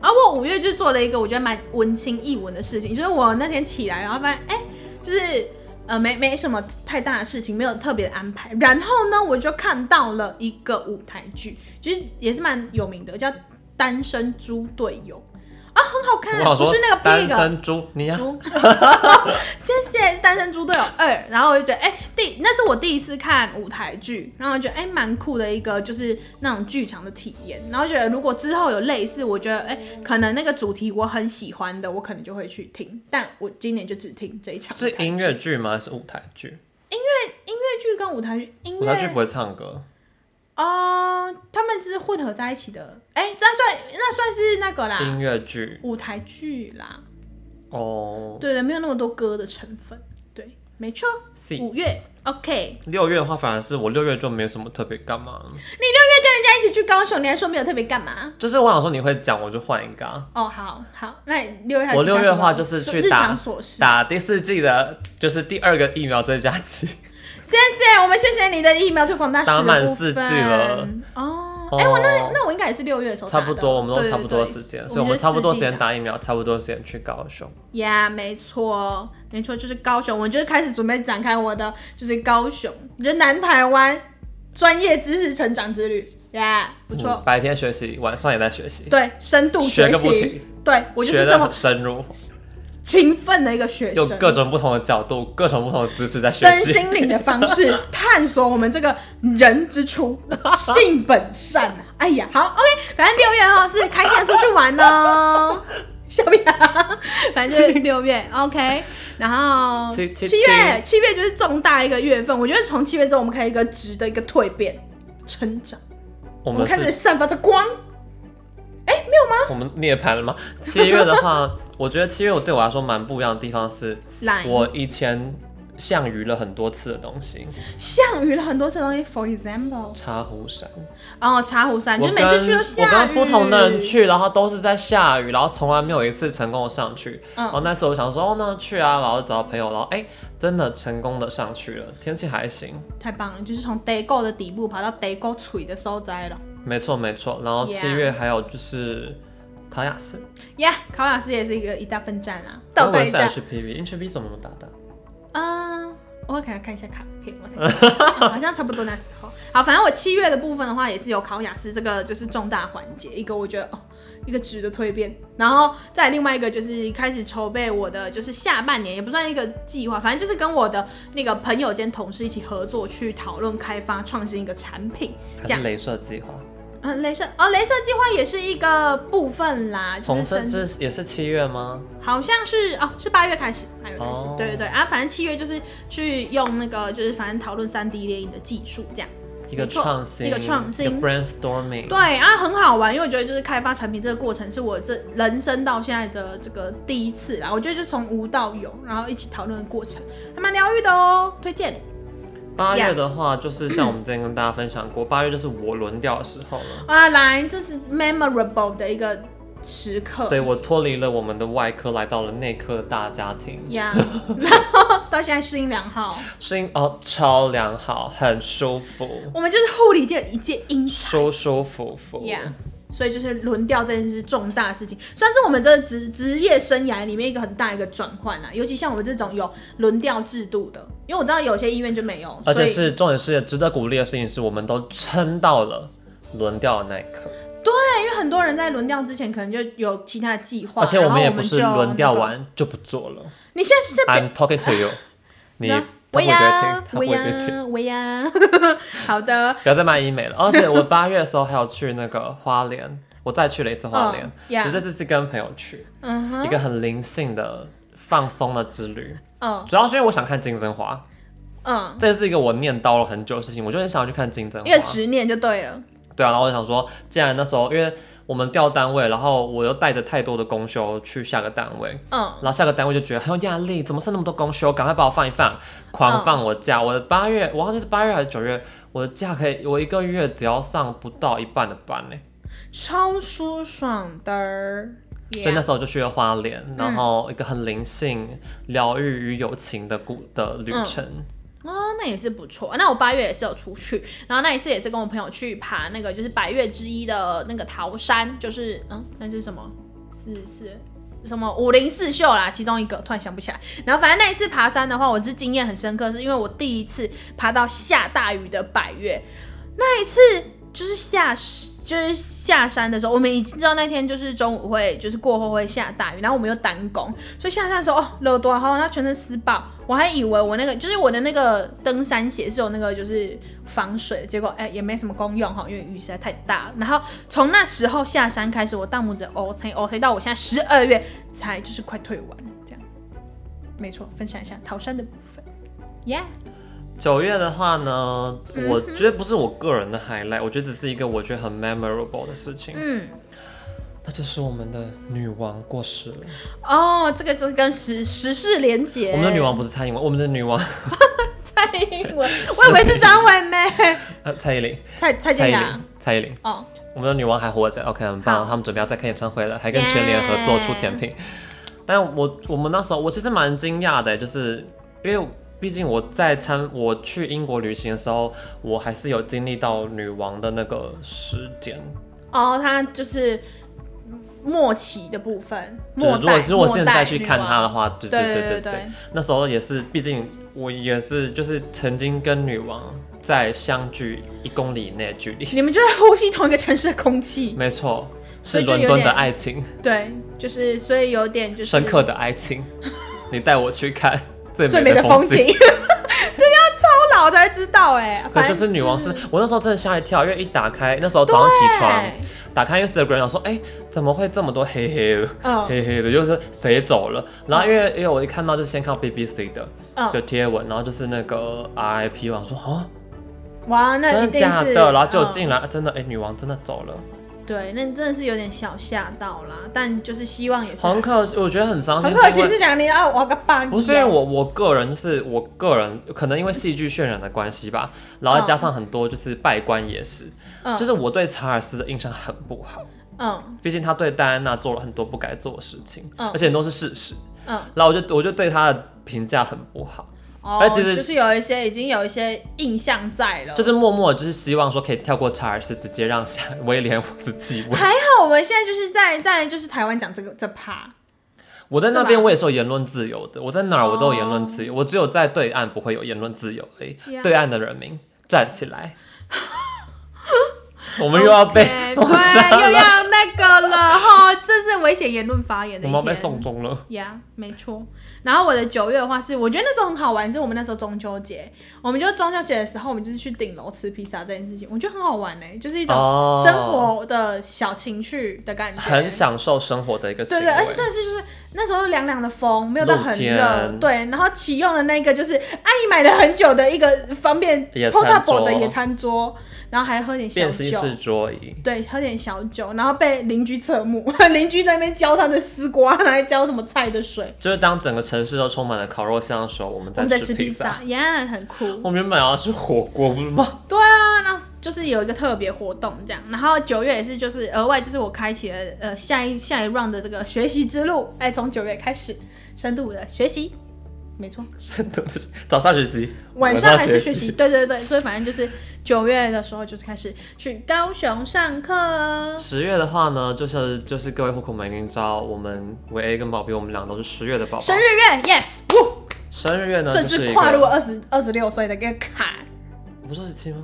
Speaker 2: 啊，我五月就做了一个我觉得蛮文青一文的事情，就是我那天起来，然后发现，哎、就是呃没没什么太大的事情，没有特别的安排。然后呢，我就看到了一个舞台剧，就是也是蛮有名的，叫《单身猪队友》啊，很好看
Speaker 1: 我，想
Speaker 2: 不
Speaker 1: 说
Speaker 2: 是那个
Speaker 1: 单
Speaker 2: big
Speaker 1: 身猪，你呀、
Speaker 2: 猪，谢谢《单身猪队友二》，然后我就觉得，哎、第那是我第一次看舞台剧，然后我觉得，哎、蛮酷的一个就是那种剧场的体验，然后觉得如果之后有类似，我觉得，哎、可能那个主题我很喜欢的，我可能就会去听，但我今年就只听这一场舞
Speaker 1: 是
Speaker 2: 台剧。
Speaker 1: 音乐剧吗？还是舞台剧？
Speaker 2: 音乐剧跟舞台剧，音
Speaker 1: 舞台剧
Speaker 2: 乐
Speaker 1: 不会唱歌，
Speaker 2: 哦、他们是混合在一起的，哎、那算那算是那个啦，
Speaker 1: 音乐剧
Speaker 2: 舞台剧啦，
Speaker 1: 哦。
Speaker 2: 对对，没有那么多歌的成分，对，没错，
Speaker 1: 是
Speaker 2: 五月，OK。
Speaker 1: 六月的话，反而是我六月就没有什么特别干嘛，
Speaker 2: 你六月跟人家一起去高雄，你还说没有特别干嘛？
Speaker 1: 就是我想说你会讲，我就换一个啊、
Speaker 2: 哦，好好，那你六月还
Speaker 1: 我六月的话
Speaker 2: 去干什么
Speaker 1: 就是去
Speaker 2: 日
Speaker 1: 打
Speaker 2: 常琐事。
Speaker 1: 打第四季的，就是第二个疫苗追加期。
Speaker 2: 谢谢，我们谢谢你的疫苗推广大使的
Speaker 1: 打满
Speaker 2: 部
Speaker 1: 四
Speaker 2: 分
Speaker 1: 季了
Speaker 2: 哦，
Speaker 1: 哦
Speaker 2: 哎、我那那我应该也是六月的时候打
Speaker 1: 差
Speaker 2: 的
Speaker 1: 不多，我们都
Speaker 2: 对
Speaker 1: 差不多
Speaker 2: 对对
Speaker 1: 时间，
Speaker 2: 对
Speaker 1: 所以我们差不多时
Speaker 2: 就
Speaker 1: 间
Speaker 2: 是四季。
Speaker 1: 打疫苗，差不多时间去高雄。
Speaker 2: 呀、没错，没错，就是高雄，我就是开始准备展开我的就是高雄，就是南台湾专业知识成长之旅。呀、不错。
Speaker 1: 嗯白天学习，晚上也在学习，
Speaker 2: 对，深度
Speaker 1: 学
Speaker 2: 学
Speaker 1: 个不
Speaker 2: 习
Speaker 1: 停，
Speaker 2: 对我就
Speaker 1: 学
Speaker 2: 是这
Speaker 1: 的
Speaker 2: 么
Speaker 1: 很深入。
Speaker 2: 勤奋的一个学
Speaker 1: 用
Speaker 2: 生，
Speaker 1: 各种不同的角度、各种不同的姿势在学
Speaker 2: 身
Speaker 1: 习。
Speaker 2: 心灵的方 式探索我们这个人之初，性本善啊！哎呀，好，OK，反正六月哈是开心的出去玩 哦。小屁啊，反正就是六月，OK，然后七
Speaker 1: 七七
Speaker 2: 月，七月就是重大一个月份。我觉得从七月之后，我们可以有一个值得一个蜕变、成长，
Speaker 1: 我
Speaker 2: 我们
Speaker 1: 们
Speaker 2: 开始
Speaker 1: 是，
Speaker 2: 散发着光。
Speaker 1: 我们涅槃了吗？七月的话，我觉得七月我对我来说蛮不一样的地方是，
Speaker 2: 来，
Speaker 1: 我以前项羽了很多次的东西，
Speaker 2: 项羽了很多次东西，for example，
Speaker 1: 茶壶山，
Speaker 2: 哦，茶壶山，就每次去都下雨，
Speaker 1: 我跟不同的人，去，然后都是在下雨，然后从来没有一次成功的上去。然后
Speaker 2: 嗯，
Speaker 1: 那时候我想说，哦，那去啊，然后找朋友，然后哎、真的成功的上去了，天气还行，
Speaker 2: 太棒了，就是从 day go 的底部爬到 day go 垂的收摘了。
Speaker 1: 没错没错。然后七
Speaker 2: Yeah
Speaker 1: 月还有就是陶雅斯，
Speaker 2: 呀、考雅思也是一个一大奋战啊，
Speaker 1: 我
Speaker 2: 倒
Speaker 1: 以为
Speaker 2: 对一
Speaker 1: 是
Speaker 2: 下。
Speaker 1: HPV，HPV 怎么那么大大？
Speaker 2: 啊、我给他看一下卡片，我才好像差不多那时候。好，反正我七月的部分的话，也是有考雅思这个就是重大环节，一个我觉得哦，一个值得蜕变，然后再来另外一个就是开始筹备我的就是下半年，也不算一个计划，反正就是跟我的那个朋友兼同事一起合作去讨论开发创新一个产品，
Speaker 1: 还
Speaker 2: 这样
Speaker 1: 是。镭射计划？
Speaker 2: 嗯，镭射哦，镭射计划也是一个部分啦，啊就
Speaker 1: 从
Speaker 2: 是
Speaker 1: 这
Speaker 2: 生
Speaker 1: 这也是七月吗？
Speaker 2: 好像是哦，是八月开始，八月开始，
Speaker 1: 哦
Speaker 2: 对对对啊，反正七月就是去用那个，就是反正讨论三 D 猎影的技术这样。
Speaker 1: 一个
Speaker 2: 没错
Speaker 1: 创新，
Speaker 2: 一个创新
Speaker 1: 一个 brainstorming。
Speaker 2: 对啊，很好玩，因为我觉得就是开发产品这个过程是我这人生到现在的这个第一次啦，我觉得就从无到有，然后一起讨论的过程，还蛮疗愈的哦，推荐。
Speaker 1: 八月的话，就是像我们之前跟大家分享过，八月就是我轮调的时候了。
Speaker 2: 啊，来，这是 memorable 的一个时刻。
Speaker 1: 对我脱离了我们的外科，来到了内科的大家庭，
Speaker 2: 呀，然后到现在适应良好，
Speaker 1: 声音哦超良好，很舒服，
Speaker 2: 我们就是护理界的一介英雄。
Speaker 1: 舒舒服服。
Speaker 2: Yeah，所以就是轮调这件事是重大的事情，算是我们这个职职业生涯里面一个很大一个转换啊啦。尤其像我们这种有轮调制度的，因为我知道有些医院就没有，
Speaker 1: 而且
Speaker 2: 所以
Speaker 1: 是重点是值得鼓励的事情是，我们都撑到了轮调的那一刻，
Speaker 2: 对，因为很多人在轮调之前可能就有其他的计划，
Speaker 1: 而且
Speaker 2: 然后
Speaker 1: 们也
Speaker 2: 我
Speaker 1: 不
Speaker 2: 们
Speaker 1: 是
Speaker 2: 就
Speaker 1: 轮调
Speaker 2: 那个。
Speaker 1: 完就不做了。
Speaker 2: 你现在是在表
Speaker 1: I'm talking to you，你他不
Speaker 2: 我
Speaker 1: 会觉得
Speaker 2: 呀
Speaker 1: 听，他
Speaker 2: 我
Speaker 1: 不会觉得听。
Speaker 2: 呀，我 呀，好的，
Speaker 1: 不要再卖医美了。而且我八月的时候还有去那个花莲，我再去了一次花莲
Speaker 2: 嗯，
Speaker 1: 可是
Speaker 2: 呀，
Speaker 1: 这次是跟朋友去，
Speaker 2: 嗯
Speaker 1: 一
Speaker 2: 哼，
Speaker 1: 个很灵性的放松的之旅。
Speaker 2: 嗯
Speaker 1: 主要是因为我想看金针花，
Speaker 2: 嗯，
Speaker 1: 这是一个我念叨了很久的事情，我就很想要去看金针
Speaker 2: 一个
Speaker 1: 花。
Speaker 2: 执念就对了，
Speaker 1: 对啊，然后我想说，既然那时候因为我们调单位，然后我又带着太多的公休去下个单位。
Speaker 2: 嗯，
Speaker 1: 然后下个单位就觉得哎很有压力，啊怎么剩那么多公休？赶快把我放一放，
Speaker 2: 嗯
Speaker 1: 狂放我假。我的八月，我忘记是八月还是九月，我的假可以，我一个月只要上不到一半的班欸呢、
Speaker 2: 超舒爽的儿，
Speaker 1: 所以那
Speaker 2: Yeah
Speaker 1: 时候就去了花莲，
Speaker 2: 嗯
Speaker 1: 然后一个很灵性、疗愈与友情的故的旅
Speaker 2: 嗯
Speaker 1: 程。
Speaker 2: 哦，那也是不错。那我八月也是有出去，然后那一次也是跟我朋友去爬那个就是百岳之一的那个桃山，就是嗯，那是什么？是是。什么五零四秀啦，其中一个突然想不起来。然后反正那一次爬山的话，我是经验很深刻，是因为我第一次爬到下大雨的百岳，那一次就是下就是下山的时候，我们已经知道那天就是中午会就是过后会下大雨，然后我们又单工，所以下山的时候哦，热多好，那全身湿爆。我还以为我那个就是我的那个登山鞋是有那个就是防水，结果哎、也没什么功用哈，因为雨实在太大了。然后从那时候下山开始，我大拇指 O C O C 到我现在十二月才就是快退完这样，没错，分享一下桃山的部分，Yeah，
Speaker 1: 九月的话呢，
Speaker 2: 嗯哼
Speaker 1: 我觉得不是我个人的 highlight，我觉得只是一个我觉得很 memorable 的事情，
Speaker 2: 嗯。
Speaker 1: 那就是我们的女王过世了。
Speaker 2: 哦，这个是跟时时事连结。
Speaker 1: 我们的女王不是蔡英文，我们的女王
Speaker 2: 蔡 英文，我以为是张惠妹，
Speaker 1: 呃蔡依林，
Speaker 2: 蔡蔡
Speaker 1: 蔡
Speaker 2: 健
Speaker 1: 依
Speaker 2: 雅
Speaker 1: 林。，蔡依林，
Speaker 2: 哦，
Speaker 1: 我们的女王还活着，OK，很棒。
Speaker 2: 好
Speaker 1: 他们准备要再开演唱会了，还跟全联合作出甜品。但我我们那时候，我其实蛮惊讶的，就是因为毕竟我在参我去英国旅行的时候，我还是有经历到女王的那个时间。
Speaker 2: 哦，她就是末期的部分，
Speaker 1: 就是
Speaker 2: 末
Speaker 1: 如果
Speaker 2: 代。
Speaker 1: 如果现在
Speaker 2: 末代
Speaker 1: 去
Speaker 2: 女
Speaker 1: 看
Speaker 2: 王
Speaker 1: 她的，话，对
Speaker 2: 对
Speaker 1: 对对对
Speaker 2: 对
Speaker 1: 对，那时候也是，毕竟我也是就是曾经跟女王在相距一公里以内的距离，
Speaker 2: 你们就在呼吸同一个城市的空气，
Speaker 1: 没错。
Speaker 2: 所
Speaker 1: 是
Speaker 2: 以就有
Speaker 1: 伦
Speaker 2: 点
Speaker 1: 敦的爱情，
Speaker 2: 对，就是所以有点就是
Speaker 1: 深刻的爱 情。你带我去看最
Speaker 2: 最
Speaker 1: 美
Speaker 2: 美的
Speaker 1: 风
Speaker 2: 风景，这 要超老才知道哎、
Speaker 1: 对，
Speaker 2: 反
Speaker 1: 就
Speaker 2: 正
Speaker 1: 是女王是，我那时候真的吓一跳，因为一打开那时候早上起床，打开 Instagram 想说，哎、怎么会这么多黑黑的？
Speaker 2: 嗯
Speaker 1: 黑黑的，就是谁走
Speaker 2: 哦
Speaker 1: 了？然后因为因为我一看到就先看到 BBC 的就
Speaker 2: 嗯，
Speaker 1: 贴文，然后就是那个 RIP，我想说啊，
Speaker 2: 哇，那一
Speaker 1: 真的
Speaker 2: 定
Speaker 1: 假
Speaker 2: 是
Speaker 1: 的？然后就
Speaker 2: 嗯
Speaker 1: 进来，真的哎、女王真的走了，
Speaker 2: 对，那真的是有点小吓到啦，但就是希望也是
Speaker 1: 很可惜，我觉得很伤心，
Speaker 2: 很可
Speaker 1: 因
Speaker 2: 惜
Speaker 1: 为
Speaker 2: 是讲你啊，我个爸，
Speaker 1: 不是因为我我个人就是我个人可能因为戏剧渲染的关系吧，然后再加上很多就是拜官也是，
Speaker 2: 嗯，
Speaker 1: 就是我对查尔斯的印象很不好，
Speaker 2: 嗯
Speaker 1: 毕竟他对戴安娜做了很多不该做的事情，
Speaker 2: 嗯
Speaker 1: 而且都是事实，
Speaker 2: 嗯，
Speaker 1: 然后我就我就对他的评价很不好，
Speaker 2: 哦
Speaker 1: 但，哎其实
Speaker 2: 就是有一些已经有一些印象在了，
Speaker 1: 就是默默地就是希望说可以跳过查尔斯，直接让下威廉 王子继位。
Speaker 2: 还好我们现在就是在在就是台湾讲这个这趴，
Speaker 1: 我在那
Speaker 2: 对
Speaker 1: 边
Speaker 2: 吧哦
Speaker 1: 我也是有言论自由的，我在哪儿我都有言论自由，我只有在对岸不会有言论自由而已。
Speaker 2: Yeah
Speaker 1: 对岸的人民站起 来，我们又要被
Speaker 2: OK，
Speaker 1: 封杀
Speaker 2: 对，又
Speaker 1: 了，
Speaker 2: 要那个了哈，这是危险言论发言
Speaker 1: 我
Speaker 2: 的一
Speaker 1: 们要
Speaker 2: 天。
Speaker 1: 被送终了。
Speaker 2: 呀没错。然后我的九月的话是，我觉得那时候很好玩，是我们那时候中秋节，我们就中秋节的时候，我们就是去顶楼吃披萨这件事情，我觉得很好玩呢、欸就是一种
Speaker 1: 哦
Speaker 2: 生活的小情趣的感觉，
Speaker 1: 很享受生活的一个行
Speaker 2: 对
Speaker 1: 为，
Speaker 2: 对，而且真的是就是那时候凉凉的风，没有到很
Speaker 1: 露
Speaker 2: 热，
Speaker 1: 天
Speaker 2: 对。然后启用了那个就是阿姨买了很久的一个方便
Speaker 1: 野餐
Speaker 2: portable
Speaker 1: 桌
Speaker 2: 的野餐桌，然后还喝点小
Speaker 1: 变形式
Speaker 2: 酒，
Speaker 1: 桌椅，
Speaker 2: 对，喝点小酒，然后被邻居侧目， 邻居在那边浇他的丝瓜，来浇什么菜的水，
Speaker 1: 就是当整个城市都充满了烤肉香的时候，我们
Speaker 2: 我们在
Speaker 1: 在
Speaker 2: 吃
Speaker 1: 吃
Speaker 2: 披
Speaker 1: 披
Speaker 2: 萨
Speaker 1: 萨。，
Speaker 2: 耶、yeah,，很酷。
Speaker 1: 我们原本要吃火锅，不是吗？
Speaker 2: 对啊，那就是有一个特别活动这样，然后九月也是就是额外就是我开启了呃下一下一 round 的这个学习之路，哎，从九月开始深度的学习，没
Speaker 1: 哦
Speaker 2: 错。
Speaker 1: 真的是早上学习，
Speaker 2: 晚上还是
Speaker 1: 晚
Speaker 2: 学习，。对对对，所以反正就是九月的时候就是开始去高雄上课。
Speaker 1: 十月的话呢，就是就是各位户口们已经知道，我们维 A 跟宝贝，我们俩都是十月的宝宝。
Speaker 2: 生日月，yes，呜，
Speaker 1: 生日月呢，
Speaker 2: 这
Speaker 1: 就是一
Speaker 2: 跨入
Speaker 1: 个
Speaker 2: 二十二十六岁的一个坎，
Speaker 1: 不是二十七吗？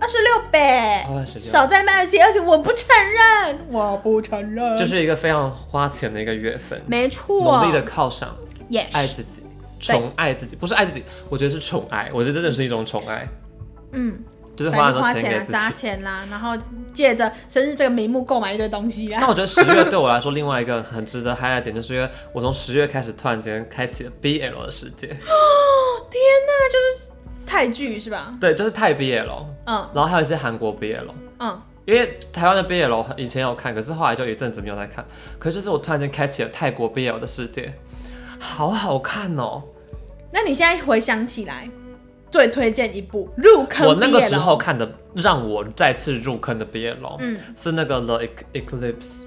Speaker 2: 二十六呗
Speaker 1: 哦，26
Speaker 2: 少在那边二十七，而且我不承认，我不承认，
Speaker 1: 就是一个非常花钱的一个月份，
Speaker 2: 没错
Speaker 1: 努力的犒赏，爱
Speaker 2: ，yes，
Speaker 1: 自己，宠爱自己，不是爱自己，我觉得是宠爱，我觉得真的是一种宠爱，
Speaker 2: 嗯，
Speaker 1: 就是花
Speaker 2: 反
Speaker 1: 很
Speaker 2: 正
Speaker 1: 多
Speaker 2: 花
Speaker 1: 钱
Speaker 2: 钱
Speaker 1: 给
Speaker 2: 啦，
Speaker 1: 自
Speaker 2: 砸
Speaker 1: 己。
Speaker 2: 钱啦，然后借着生日这个名目购买一堆东西啊啦
Speaker 1: 那。我觉得十月对我来说，另外一个很值得 high 的点，就是因为我从十月开始突然间开启了 BL 的世界，哦
Speaker 2: 天哪，就是泰剧是吧？
Speaker 1: 对，就是泰 BL，
Speaker 2: 嗯
Speaker 1: 然后还有一些韩国 BL。
Speaker 2: 嗯，
Speaker 1: 因为台湾的 BL 以前有看，可是后来就有一阵子没有在看。可是就是我突然间开启了泰国 BL 的世界，好好看哦！
Speaker 2: 那你现在回想起来，最推荐一部入坑
Speaker 1: 我那个时候
Speaker 2: BL，
Speaker 1: 看的，让我再次入坑的 BL，、
Speaker 2: 嗯
Speaker 1: 是那个 The Ec- Eclipse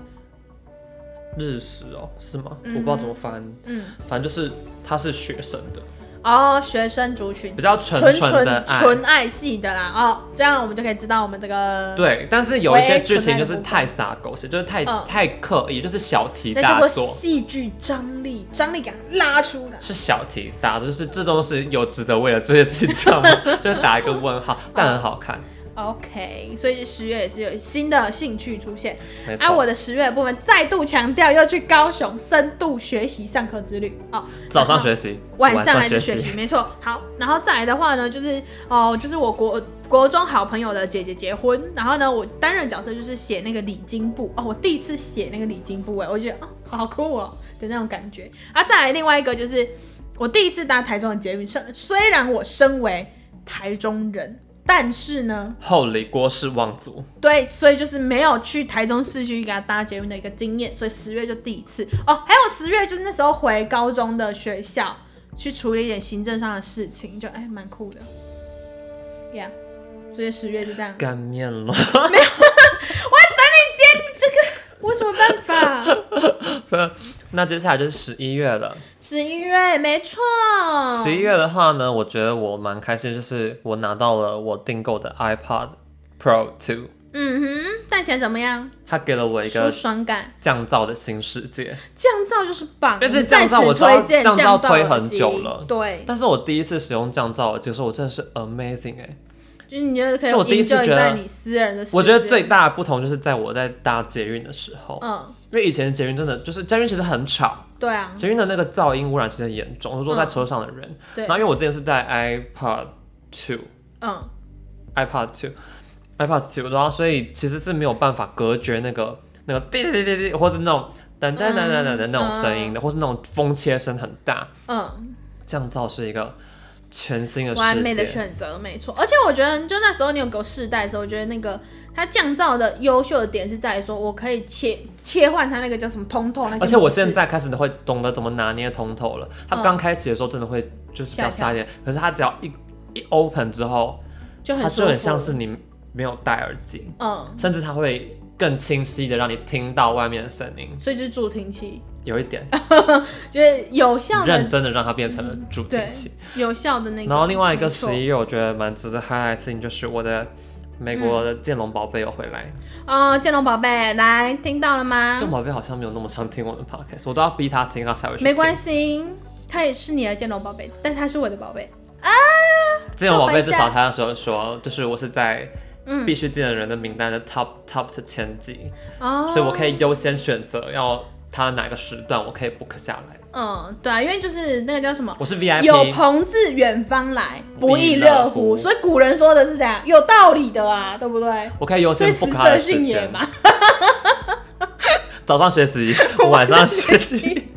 Speaker 1: 日食哦，是吗？我不知道怎么翻，
Speaker 2: 嗯，
Speaker 1: 反正就是他是学生的，
Speaker 2: 哦，学生族群
Speaker 1: 比较纯
Speaker 2: 纯
Speaker 1: 纯的
Speaker 2: 纯
Speaker 1: 爱。
Speaker 2: 纯爱系的啦，哦，这样我们就可以知道我们这个，
Speaker 1: 对，但是有一
Speaker 2: 微
Speaker 1: 些剧
Speaker 2: 纯
Speaker 1: 情
Speaker 2: 爱的
Speaker 1: 就是
Speaker 2: 部分
Speaker 1: 太洒狗血，就是太、
Speaker 2: 嗯
Speaker 1: 太刻意，就是小题
Speaker 2: 那叫
Speaker 1: 大
Speaker 2: 做
Speaker 1: 做，
Speaker 2: 戏剧张力，张力感拉出来。
Speaker 1: 是小题大，就是这都是有值得为了这些事情这 样吗，就是打一个问号，但很好看，
Speaker 2: OK，所以十月也是有新的兴趣出现。
Speaker 1: 没错。
Speaker 2: 啊，我的十月的部分再度强调，要去高雄深度学习上课之旅哦。
Speaker 1: 早上学习，
Speaker 2: 啊晚上还是学
Speaker 1: 学
Speaker 2: 习，，没错。好，然后再来的话呢，就是哦、就是我国国中好朋友的姐姐结婚，然后呢，我担任角色就是写那个礼金簿哦，我第一次写那个礼金簿哎，我觉得哦，好酷哦的那种感觉。啊，再来另外一个就是我第一次搭台中的捷运，虽虽然我身为台中人，但是呢，
Speaker 1: 厚礼郭氏望族，
Speaker 2: 对，所以就是没有去台中市区给他搭捷运的一个经验，所以十月就第一次哦。还有十月就是那时候回高中的学校去处理一点行政上的事情，就哎蛮酷的，Yeah。所以十月就这样，
Speaker 1: 干面了，
Speaker 2: 我有什么办法？
Speaker 1: 那接下来就是十一月了。
Speaker 2: 十一月没错，嗯
Speaker 1: 十一月的话呢，我觉得我蛮开心，就是我拿到了我订购的 iPod Pro Two，
Speaker 2: 嗯哼，戴起来怎么样？
Speaker 1: 它给了我一
Speaker 2: 舒
Speaker 1: 个
Speaker 2: 爽感，
Speaker 1: 降噪的新世界。
Speaker 2: 降噪就是棒。
Speaker 1: 但是
Speaker 2: 们在
Speaker 1: 降噪
Speaker 2: 此
Speaker 1: 我知道
Speaker 2: 推荐
Speaker 1: 降噪
Speaker 2: 噪
Speaker 1: 推
Speaker 2: 耳
Speaker 1: 很
Speaker 2: 机
Speaker 1: 久了
Speaker 2: 对，
Speaker 1: 但是我第一次使用降噪耳机的时候，我真的是 amazing 哎、
Speaker 2: 就是你就可以
Speaker 1: 就我第一次
Speaker 2: enjoy
Speaker 1: 觉得
Speaker 2: 在你私人的世界。
Speaker 1: 我觉得最大的不同就是在我在搭捷运的时候，
Speaker 2: 嗯，
Speaker 1: 因为以前捷运真的就是捷运其实很吵，
Speaker 2: 对啊，
Speaker 1: 捷运的那个噪音污染其实很严重，我是说在车上的人。
Speaker 2: 嗯对
Speaker 1: 然，后因为我之前是带 iPod Two，iPod
Speaker 2: 嗯，
Speaker 1: Two，iPod Two，然后所以其实是没有办法隔绝那个那个滴滴滴滴，或是那种噔噔噔噔噔的那种声音的，或是那种风切声很大，
Speaker 2: 嗯，
Speaker 1: 降噪是一个全新的
Speaker 2: 完
Speaker 1: 世
Speaker 2: 美的
Speaker 1: 界。
Speaker 2: 选择，没错。而且我觉得，就那时候你有给我试戴的时候，我觉得那个它降噪的优秀的点是在于说，我可以切切换它那个叫什么通透那些模式。
Speaker 1: 而且我现在开始会懂得怎么拿捏通透了。它
Speaker 2: 嗯
Speaker 1: 刚开始的时候真的会就是比较
Speaker 2: 吓
Speaker 1: 沙一点，可是它只要一一 open 之后，
Speaker 2: 就
Speaker 1: 它
Speaker 2: 很
Speaker 1: 就
Speaker 2: 舒
Speaker 1: 很像
Speaker 2: 服，
Speaker 1: 是你没有戴耳机。
Speaker 2: 嗯，
Speaker 1: 甚至它会更清晰的让你听到外面的声音，
Speaker 2: 所以就是助听器，
Speaker 1: 有一 点
Speaker 2: 就是有效
Speaker 1: 认
Speaker 2: 的
Speaker 1: 真的让它变成了助听器。
Speaker 2: 有效的那个。
Speaker 1: 然后另外一个
Speaker 2: 没错
Speaker 1: 十一月，我觉得蛮值得 highlight 的事情就是我的美国的剑龙宝贝有回来，
Speaker 2: 哦，建龙宝贝，来听到了吗
Speaker 1: 剑？龙宝贝好像没有那么常听我的 podcast，我都要逼他听，他才会去听。
Speaker 2: 没关
Speaker 1: 系，
Speaker 2: 系，他也是你的建龙宝贝，但他是我的宝贝。
Speaker 1: 剑龙宝贝至
Speaker 2: 告白
Speaker 1: 少
Speaker 2: 一下
Speaker 1: 他那时候说，就是我是在
Speaker 2: 嗯
Speaker 1: 必须见的人的名单的 top top 的前几，
Speaker 2: 哦，
Speaker 1: 所以我可以优先选择要他的哪个时段，我可以 book 下来。
Speaker 2: 嗯，对啊，因为就是那个叫什么，
Speaker 1: 我是 VIP，
Speaker 2: 有朋自远方来，不亦
Speaker 1: 乐
Speaker 2: 乐乎。
Speaker 1: 乎
Speaker 2: 所以古人说的是这样，有道理的啊，对不对？
Speaker 1: 我可以优
Speaker 2: 所以
Speaker 1: 先
Speaker 2: 食
Speaker 1: book 他
Speaker 2: 色
Speaker 1: 的时
Speaker 2: 性也
Speaker 1: 间。
Speaker 2: 嘛，
Speaker 1: 早上学习， 晚上学习。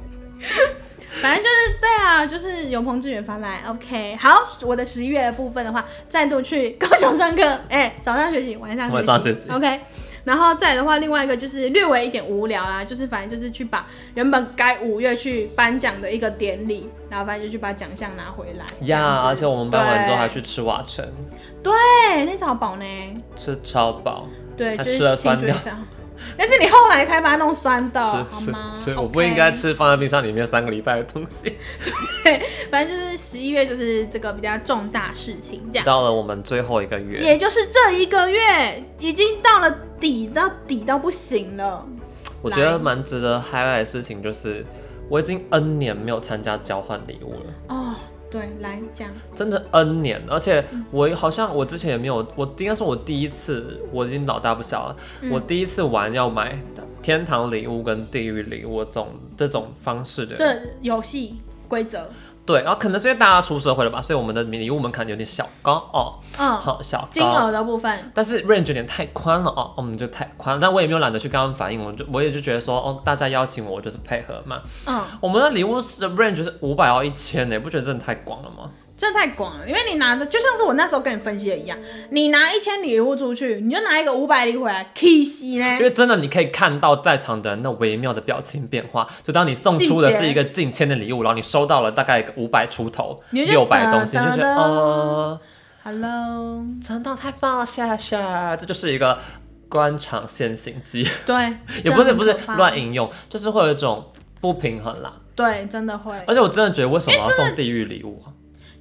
Speaker 2: 反正就是对啊，就是有朋自远方来。OK，好，我的十一月的部分的话，再度去高雄上课， 哎、早上学习，晚上学习，
Speaker 1: 晚上学习
Speaker 2: OK，然后再来的话，另外一个就是略微一点无聊啦，就是反正就是去把原本该五月去颁奖的一个典礼，然后反正就去把奖项拿回来。
Speaker 1: 呀、而且我们办完之后还
Speaker 2: 去，
Speaker 1: 去吃瓦城，
Speaker 2: 对，那次好饱呢。
Speaker 1: 吃超饱，
Speaker 2: 对，
Speaker 1: 他
Speaker 2: 就
Speaker 1: 吃了
Speaker 2: 是
Speaker 1: 酸
Speaker 2: 兴趣一
Speaker 1: 掉
Speaker 2: 下。 但是你后来才把它弄酸的，好
Speaker 1: 是是
Speaker 2: 吗？
Speaker 1: 是，
Speaker 2: OK
Speaker 1: 我不应该。吃放在冰箱里面三个礼拜的东西。
Speaker 2: 反正就是十一月，就是这个比较重大事情，这样。
Speaker 1: 到了我们最后一个月，
Speaker 2: 也就是这一个月，已经到了底，到底到不行了。
Speaker 1: 我觉得蛮值得 highlight 的事情就是，我已经 N 年没有参加交换礼物了，
Speaker 2: 哦，对，来讲，
Speaker 1: 真的 N 年，而且
Speaker 2: 嗯
Speaker 1: 我好像我之前也没有，我应该是我第一次，我已经老大不小了，
Speaker 2: 嗯
Speaker 1: 我第一次玩要买天堂礼物跟地狱礼物这种这种方式的人
Speaker 2: 这游戏规则，
Speaker 1: 对，然后可能是因为大家出社会了吧，所以我们的礼物门槛有点小高哦，
Speaker 2: 嗯，
Speaker 1: 好小高，
Speaker 2: 金额的部分，
Speaker 1: 但是 range 有点太宽了哦，我们就太宽，但我也没有懒得去跟他们反映，我就我也就觉得说哦，大家邀请我，我就是配合嘛。
Speaker 2: 嗯，
Speaker 1: 我们的礼物是 range 是五百到一千呢，不觉得真的太广了吗？
Speaker 2: 这太广了，因为你拿的就像是我那时候跟你分析的一样，你拿一千礼物出去，你就拿一个五百礼回来，K 西呢
Speaker 1: 因？为真的你可以看到在场的人那微妙的表情变化，就当你送出的
Speaker 2: 细节
Speaker 1: 是一个近千的礼物，然后你收到了大概五百出头、
Speaker 2: 你就觉得
Speaker 1: 六百的东西，你就觉得
Speaker 2: 哒哒哒
Speaker 1: 呃，
Speaker 2: Hello，
Speaker 1: 真的太棒了，夏夏，这就是一个官场现行机。
Speaker 2: 对，
Speaker 1: 也不是
Speaker 2: 真的很
Speaker 1: 不是
Speaker 2: 可怕
Speaker 1: 乱，引用，就是会有一种不平衡啦。
Speaker 2: 对，真的会，
Speaker 1: 而且我真的觉得为什么要送地狱礼物啊？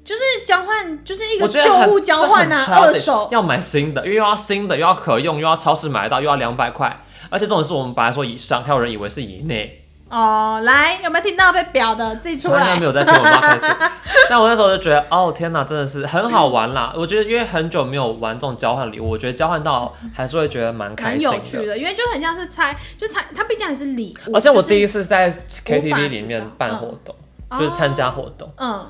Speaker 2: 就是交换，就是一哎个
Speaker 1: 我觉得很
Speaker 2: 旧物交换啊，
Speaker 1: 这很
Speaker 2: 二
Speaker 1: childish，
Speaker 2: 手，
Speaker 1: 要买新的，因为又要新的，又要可用，又要超市买到，又要两百块。而且这种是我们本来说以上，还有人以为是以内，
Speaker 2: 哦，来，有没有听到被表的自己出
Speaker 1: 他应该
Speaker 2: 来
Speaker 1: 没？有在听我妈开始。 但我那时候就觉得，哦天哪，真的是很好玩啦！我觉得因为很久没有玩这种交换礼物，我觉得交换到还是会觉得蛮开
Speaker 2: 蛮
Speaker 1: 心
Speaker 2: 有趣
Speaker 1: 的。
Speaker 2: 的，因为就很像是猜，就猜，它毕竟还是礼物。
Speaker 1: 而且我
Speaker 2: 就是
Speaker 1: 第一次在
Speaker 2: 无法
Speaker 1: KTV 里
Speaker 2: 知道
Speaker 1: 面办
Speaker 2: 嗯
Speaker 1: 活动，就是参加活动。
Speaker 2: 嗯，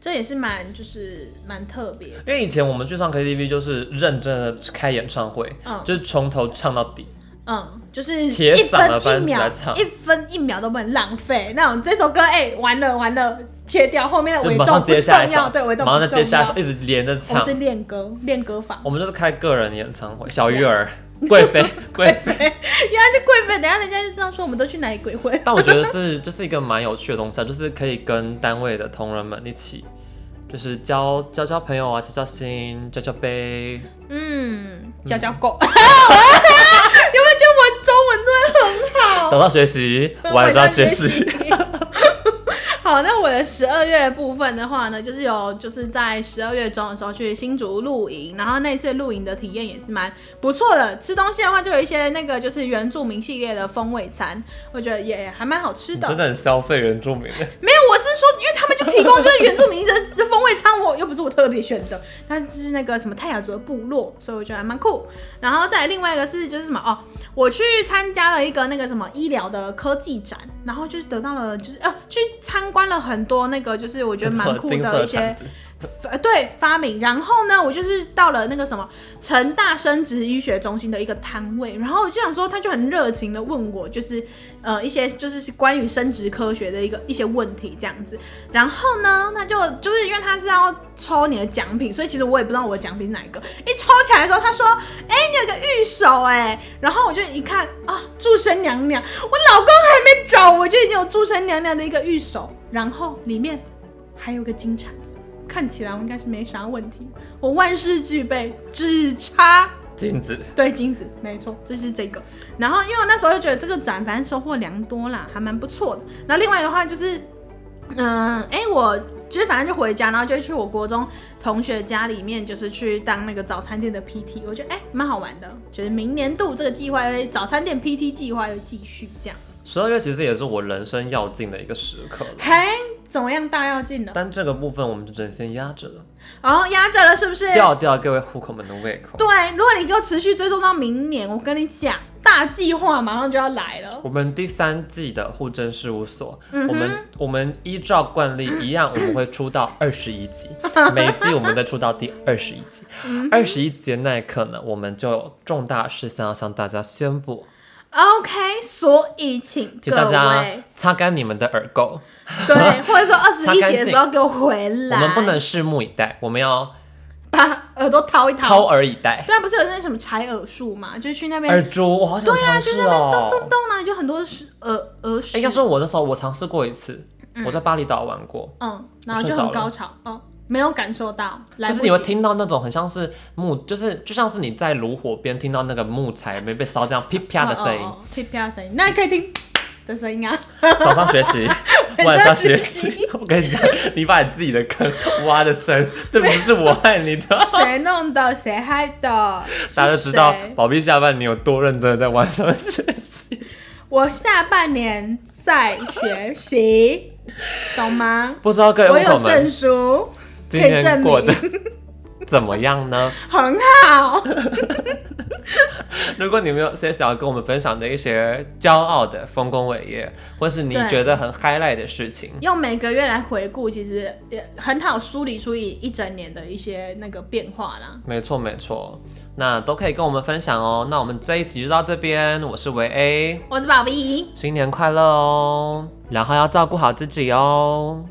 Speaker 2: 这也是蛮就是蛮特别的，
Speaker 1: 因为以前我们去唱 KTV 就是认真的开演唱会，
Speaker 2: 嗯
Speaker 1: 就是从头唱到底。
Speaker 2: 嗯，就是一
Speaker 1: 铁嗓的班
Speaker 2: 分一
Speaker 1: 子
Speaker 2: 秒
Speaker 1: 来唱，
Speaker 2: 一分一秒都不能浪费。那种这首歌，哎、完了完了，切掉后面的
Speaker 1: 就
Speaker 2: 尾
Speaker 1: 马
Speaker 2: 奏
Speaker 1: 上
Speaker 2: 不
Speaker 1: 接下来
Speaker 2: 重
Speaker 1: 一首，
Speaker 2: 要，对尾奏
Speaker 1: 马上
Speaker 2: 不
Speaker 1: 再
Speaker 2: 重
Speaker 1: 接下来一
Speaker 2: 要
Speaker 1: 首，。一直连着
Speaker 2: 我们
Speaker 1: 唱。
Speaker 2: 是练歌练歌房，
Speaker 1: 我们就是开个人演唱会，小鱼儿、贵 妃、贵妃。
Speaker 2: 原来这贵妃，等一下人家就知道说我们都去哪里鬼混。
Speaker 1: 但我觉得是 就是一个蛮有趣的东西啊，就是可以跟单位的同仁们一起，就是交交交朋友啊，交交心，交交杯。
Speaker 2: 嗯，教教狗， 有没有觉得我中文真的很好？。
Speaker 1: 早上学习，晚上学习。
Speaker 2: 好 好，那我的十二月部分的话呢，就是有就是在十二月中的时候去新竹露营，然后那次露营的体验也是蛮不错的。吃东西的话，就有一些那个就是原住民系列的风味餐，我觉得也还蛮好吃
Speaker 1: 你
Speaker 2: 的。
Speaker 1: 真的很消费原住民的。
Speaker 2: 没有，我是说，因为他们就提供这个原住民的这风味餐，我又不是我特别选的，它是那个什么泰雅族的部落，所以我觉得还蛮酷。然后再来另外一个是就是什么哦，我去参加了一个那个什么医疗的科技展，然后就得到了就是呃去参观了很多那个就是我觉得蛮酷
Speaker 1: 金色
Speaker 2: 的一
Speaker 1: 毯
Speaker 2: 些
Speaker 1: 子，
Speaker 2: 呃对发明。然后呢，我就是到了那个什么成大生殖医学中心的一个摊位，然后我就想说，他就很热情的问我，就是呃一些就是关于生殖科学的一个一些问题这样子。然后呢，他就就是因为他是要抽你的奖品，所以其实我也不知道我的奖品是哪一个。一抽起来的时候，他说：“哎、你有个玉手哎、然后我就一看啊，祝生娘娘，我老公还没找，我就已经有祝生娘娘的一个玉手，然后里面还有个金铲子。看起来我应该是没啥问题，我万事俱备，只差
Speaker 1: 镜子，
Speaker 2: 对，金子，没错，这是这个。然后因为我那时候就觉得这个展反正收获良多啦，还蛮不错的。然后另外的话就是，嗯，哎、我就是反正就回家，然后就去我国中同学家里面，就是去当那个早餐店的 PT，我觉得哎蛮、好玩的。就是明年度这个计划，早餐店 PT 计划又继续这样。
Speaker 1: 十二月其实也是我人生要进的一个时刻了。
Speaker 2: 嘿，怎么样大要进的？
Speaker 1: 但这个部分我们就只能先压着了，
Speaker 2: 然后压着了是不是？
Speaker 1: 吊吊各位户口们的胃口。
Speaker 2: 对，如果你给我持续追踪到明年，我跟你讲，大计划马上就要来了。
Speaker 1: 我们第三季的户政事务所，
Speaker 2: 嗯哼
Speaker 1: 我们我们依照惯例一样，我们会出 到二十一集，每一季我们都出到第二十一集。
Speaker 2: 嗯
Speaker 1: 二十一集的那一刻呢，我们就有重大事项要向大家宣布，
Speaker 2: OK，所以请
Speaker 1: 请
Speaker 2: 各
Speaker 1: 大家
Speaker 2: 位
Speaker 1: 擦干你们的耳垢，
Speaker 2: 对，或 者说二十
Speaker 1: 擦
Speaker 2: 一
Speaker 1: 干
Speaker 2: 节的
Speaker 1: 净
Speaker 2: 时候给我回
Speaker 1: 我
Speaker 2: 来，
Speaker 1: 们不能拭目以待，我们要
Speaker 2: 把耳朵掏一
Speaker 1: 掏
Speaker 2: 掏。
Speaker 1: 耳以待。
Speaker 2: 对啊，不是有那什么采耳术嘛，就是去那
Speaker 1: 耳
Speaker 2: 边，
Speaker 1: 珠，我好想
Speaker 2: 对啊，
Speaker 1: 尝
Speaker 2: 去
Speaker 1: 试
Speaker 2: 那边
Speaker 1: 哦
Speaker 2: 咚。咚咚呢，就很多是耳耳屎。
Speaker 1: 应该说，我那时候我尝试过一次，我在巴厘岛玩过，
Speaker 2: 嗯，然后
Speaker 1: 我
Speaker 2: 就
Speaker 1: 睡着
Speaker 2: 很
Speaker 1: 了
Speaker 2: 高潮，哦，没有感受到，来
Speaker 1: 就
Speaker 2: 不
Speaker 1: 是
Speaker 2: 及。
Speaker 1: 你会听到那种很像是木，就是就像是你在炉火边听到那个木材没被烧这样噼啪的声音。
Speaker 2: 哦，哦哦噼啪的声音，那你可 以听的声音啊。
Speaker 1: 早上学 习，
Speaker 2: 晚上
Speaker 1: 晚上学习
Speaker 2: 学。
Speaker 1: 我跟你讲，你把你自己的坑挖的深， 这不是我害你的。
Speaker 2: 谁弄的？谁害的？
Speaker 1: 大家都
Speaker 2: 是
Speaker 1: 知道
Speaker 2: 谁
Speaker 1: 宝碧下半年有多认真的在晚上学习，
Speaker 2: 我下半年在学习，懂吗？
Speaker 1: 不知道各
Speaker 2: 我
Speaker 1: 位
Speaker 2: 有
Speaker 1: 伙伴
Speaker 2: 证
Speaker 1: 们
Speaker 2: 书，可
Speaker 1: 今
Speaker 2: 以证
Speaker 1: 天过
Speaker 2: 明
Speaker 1: 得 怎么样呢？
Speaker 2: 很好。
Speaker 1: 如果你们有些想要跟我们分享的一些骄傲的丰功伟业，或是你
Speaker 2: 对
Speaker 1: 觉得很 highlight 的事情，
Speaker 2: 用每个月来回顾，其实也很好梳理出一一整年的一些那个变化啦。
Speaker 1: 没错没错，那都可以跟我们分享哦。那我们这一集就到这边，我是维 A，
Speaker 2: 我是宝贝，
Speaker 1: 新年快乐哦，然后要照顾好自己哦。